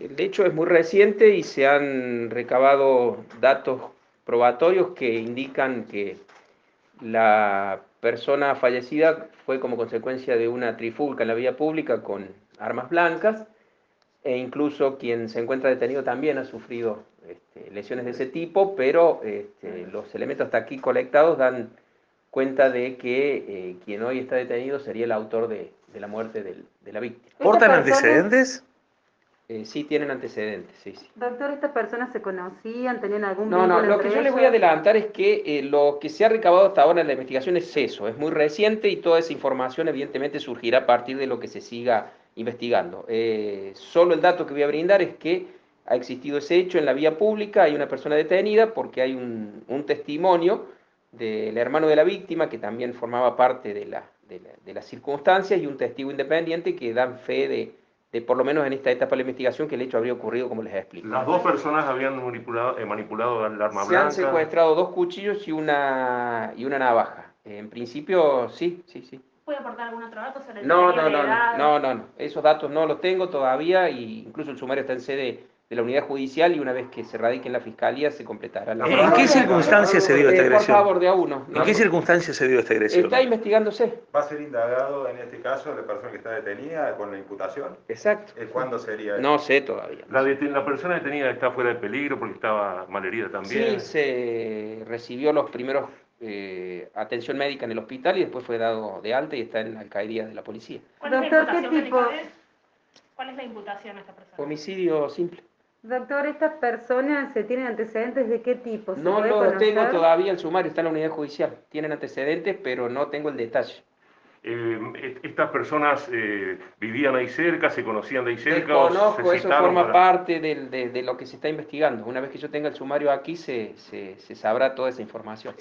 El hecho es muy reciente y se han recabado datos probatorios que indican que la persona fallecida fue como consecuencia de una trifulca en la vía pública con armas blancas e incluso quien se encuentra detenido también ha sufrido este, lesiones de ese tipo, pero este, los elementos hasta aquí colectados dan cuenta de que eh, quien hoy está detenido sería el autor de, de la muerte del- de la víctima. ¿Portan Estas personas- antecedentes? Eh, sí tienen antecedentes, sí, sí. Doctor, ¿estas personas se conocían? ¿Tenían algún No, no, vínculo lo que entre yo les ellos? voy a adelantar es que eh, lo que se ha recabado hasta ahora en la investigación es eso, es muy reciente y toda esa información evidentemente surgirá a partir de lo que se siga investigando. Eh, solo el dato que voy a brindar es que ha existido ese hecho en la vía pública, hay una persona detenida porque hay un, un testimonio del hermano de la víctima que también formaba parte de, la, de, la- de las circunstancias y un testigo independiente que dan fe de, de, por lo menos en esta etapa de la investigación, que el hecho habría ocurrido como les explico. Las dos personas habían manipulado, eh, manipulado el arma Se blanca. han secuestrado dos cuchillos y una, y una navaja. En principio, sí, sí, sí. ¿Puede aportar algún otro dato sobre el No, no, criterio no, de no, edad? no, no, no. Esos datos no los tengo todavía y incluso el sumario está en sede de la unidad judicial y una vez que se radique en la fiscalía se completará la... ¿En en qué circunstancias se dio esta Eh, por agresión? favor, de a uno. ¿En qué circunstancias se dio esta agresión? Está investigándose. ¿Va a ser indagado en este caso la persona que está detenida con la imputación? Exacto. Eh, ¿Cuándo sería? No sé todavía. La, deten- la persona detenida está fuera de peligro porque estaba malherida también. Sí, se recibió los primeros eh, atención médica en el hospital y después fue dado de alta y está en la alcaldía de la policía. ¿Cuál es la Doctor, ¿qué imputación que le tipo? cabe? ¿Cuál es la imputación a esta persona? Homicidio simple. Doctor, ¿estas personas se tienen antecedentes de qué tipo? Pues ¿Se No puede lo conocer? tengo todavía, el sumario está en la unidad judicial. Tienen antecedentes, pero no tengo el detalle. Eh, est- estas personas eh, vivían ahí cerca, se conocían de ahí cerca. o se Desconozco, eso citaron forma para- parte del- de, de lo que se está investigando. Una vez que yo tenga el sumario aquí, se, se- se sabrá toda esa información.